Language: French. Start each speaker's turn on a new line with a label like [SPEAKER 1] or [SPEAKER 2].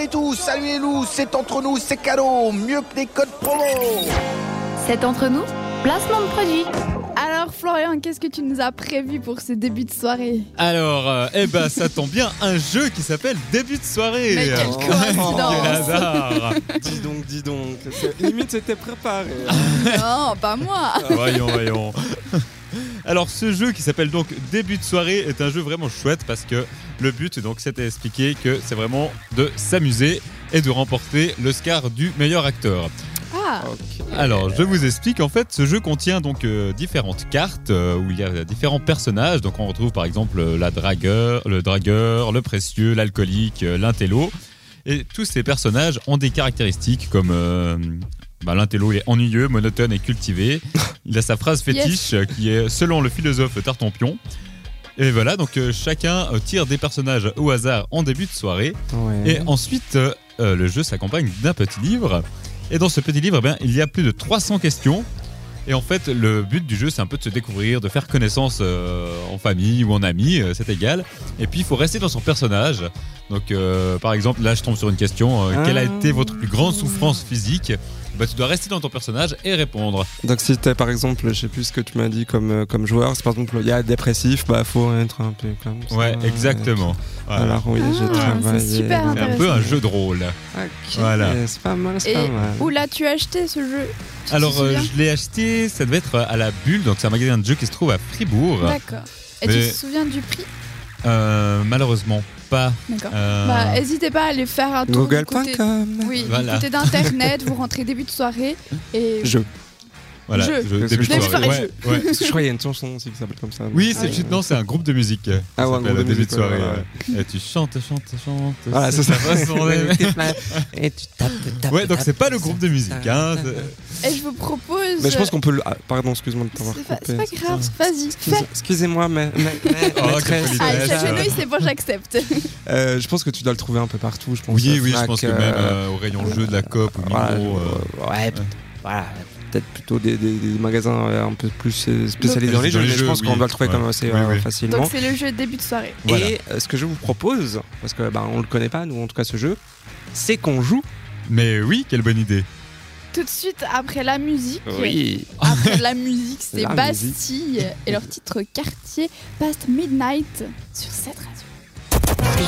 [SPEAKER 1] Salut tous, salut les loups, c'est entre nous, c'est cadeau, mieux que des codes promo.
[SPEAKER 2] C'est entre nous, placement de produit. Alors Florian, qu'est-ce que tu nous as prévu pour ce début de soirée
[SPEAKER 3] Alors, euh, eh ben, ça tombe bien, un jeu qui s'appelle Début de soirée.
[SPEAKER 2] Mais quelle
[SPEAKER 3] Oh,
[SPEAKER 2] coïncidence.
[SPEAKER 3] quel hasard.
[SPEAKER 4] Dis donc, dis donc. C'est- Limite, c'était préparé.
[SPEAKER 2] Non, pas moi.
[SPEAKER 3] voyons, voyons. Alors, ce jeu qui s'appelle donc Début de soirée est un jeu vraiment chouette parce que le but, donc, c'était d'expliquer que c'est vraiment de s'amuser et de remporter l'Oscar du meilleur acteur.
[SPEAKER 2] Ah,
[SPEAKER 3] Alors, je vous explique. En fait, ce jeu contient donc euh, différentes cartes euh, où il y a différents personnages. Donc, on retrouve par exemple euh, la dragueur, le dragueur, le précieux, l'alcoolique, euh, l'intello. Et tous ces personnages ont des caractéristiques comme euh, bah, l'intello il est ennuyeux, monotone et cultivé. Il a sa phrase
[SPEAKER 2] Yes.
[SPEAKER 3] fétiche euh, qui est selon le philosophe Tartampion. Et voilà, donc euh, chacun euh, tire des personnages au hasard en début de soirée. Et
[SPEAKER 2] Mhm.
[SPEAKER 3] ensuite, euh, euh, le jeu s'accompagne d'un petit livre. Et dans ce petit livre, eh bien, il y a plus de 300 questions. Et en fait, le but du jeu, c'est un peu de se découvrir, de faire connaissance euh, en famille ou en amis, euh, c'est égal. Et puis, il faut rester dans son personnage. Donc, euh, par exemple, là, je tombe sur une question. euh,
[SPEAKER 4] Ah.
[SPEAKER 3] Quelle a été votre plus grande
[SPEAKER 2] Ah.
[SPEAKER 3] souffrance physique bah, Tu dois rester dans ton personnage et répondre.
[SPEAKER 4] Donc, si t'es par exemple, je sais plus ce que tu m'as dit comme, euh, comme joueur, c'est par exemple, il y a dépressif, bah faut être un peu comme ça.
[SPEAKER 3] Ouais, exactement. Voilà.
[SPEAKER 4] Alors, oui, j'ai
[SPEAKER 2] Ah,
[SPEAKER 4] travaillé.
[SPEAKER 2] c'est super
[SPEAKER 3] C'est un peu un jeu de rôle.
[SPEAKER 4] Ok,
[SPEAKER 3] Voilà.
[SPEAKER 4] C'est pas mal, c'est
[SPEAKER 2] Et-
[SPEAKER 4] pas mal.
[SPEAKER 2] où l'as-tu acheté ce jeu Tu te
[SPEAKER 3] Ah, Alors, euh,
[SPEAKER 2] souviens
[SPEAKER 3] je l'ai acheté, ça devait être à la Bulle, donc c'est un magasin de jeux qui se trouve à Fribourg.
[SPEAKER 2] D'accord. Et
[SPEAKER 3] Mais-
[SPEAKER 2] tu te souviens du prix
[SPEAKER 3] Euh, malheureusement pas.
[SPEAKER 2] D'accord.
[SPEAKER 3] Euh,
[SPEAKER 2] Bah, n'hésitez pas à aller faire un tour du côté...
[SPEAKER 4] Google.com.
[SPEAKER 2] Oui,
[SPEAKER 3] Voilà.
[SPEAKER 2] du côté d'internet, vous rentrez début de soirée et
[SPEAKER 4] Je.
[SPEAKER 3] voilà,
[SPEAKER 2] jeu.
[SPEAKER 3] je début
[SPEAKER 4] Début
[SPEAKER 3] de soirée.
[SPEAKER 2] soirée,
[SPEAKER 3] Ouais, ouais.
[SPEAKER 4] Parce que je crois qu'il y a une chanson aussi qui s'appelle comme ça.
[SPEAKER 3] Oui, c'est
[SPEAKER 4] Donc,
[SPEAKER 3] juste- non, c'est un groupe de musique. euh,
[SPEAKER 4] Ah
[SPEAKER 3] qui
[SPEAKER 4] ouais, un
[SPEAKER 3] s'appelle
[SPEAKER 4] groupe de
[SPEAKER 3] début
[SPEAKER 4] musique,
[SPEAKER 3] de soirée.
[SPEAKER 4] ouais, ouais,
[SPEAKER 3] ouais. Et tu chantes, chantes, chantes.
[SPEAKER 4] Voilà, c'est ça.
[SPEAKER 3] la façon d'aimer.
[SPEAKER 4] Et tu tapes, tapes,
[SPEAKER 3] ouais, donc c'est
[SPEAKER 4] tapes,
[SPEAKER 3] pas le groupe de musique. Hein.
[SPEAKER 4] tapes, tapes.
[SPEAKER 3] c'est-
[SPEAKER 2] et je vous propose.
[SPEAKER 4] Mais je pense qu'on peut le. ah, pardon, excuse-moi de t'avoir
[SPEAKER 2] C'est pas,
[SPEAKER 4] coupé.
[SPEAKER 2] c'est pas grave, vas-y, fais.
[SPEAKER 4] Excuse- Excusez-moi, mais. mais- mais-
[SPEAKER 3] Oh,
[SPEAKER 4] maîtresse.
[SPEAKER 3] quelle politesse.
[SPEAKER 2] Allez,
[SPEAKER 3] Ouais, ça-
[SPEAKER 2] sachez-le, c'est bon, j'accepte.
[SPEAKER 4] Euh, je pense que tu dois le trouver un peu partout. Je pense,
[SPEAKER 3] Oui,
[SPEAKER 4] à
[SPEAKER 3] oui, je
[SPEAKER 4] Fnac,
[SPEAKER 3] pense que
[SPEAKER 4] euh,
[SPEAKER 3] même euh, au rayon jeu de la COP, au
[SPEAKER 4] voilà,
[SPEAKER 3] micro. euh,
[SPEAKER 4] euh, ouais, peut- voilà, peut-être plutôt des, des- des magasins euh, un peu plus euh, spécialisés dans les
[SPEAKER 3] Dans
[SPEAKER 4] jeux,
[SPEAKER 3] les
[SPEAKER 4] mais je
[SPEAKER 3] jeux,
[SPEAKER 4] pense
[SPEAKER 3] oui.
[SPEAKER 4] qu'on va le trouver quand même
[SPEAKER 3] Ouais.
[SPEAKER 4] assez
[SPEAKER 3] Oui,
[SPEAKER 4] euh,
[SPEAKER 3] oui.
[SPEAKER 4] facilement.
[SPEAKER 2] Donc c'est le jeu début de soirée.
[SPEAKER 3] voilà.
[SPEAKER 4] Et euh, ce que je vous propose, parce que bah, on le connaît pas, nous en tout cas ce jeu, c'est qu'on joue.
[SPEAKER 3] Mais oui, quelle bonne idée.
[SPEAKER 2] Tout de suite après la musique.
[SPEAKER 4] Oui.
[SPEAKER 2] Après la musique, c'est
[SPEAKER 4] La
[SPEAKER 2] Bastille et leur titre Quartier Past Midnight sur cette radio.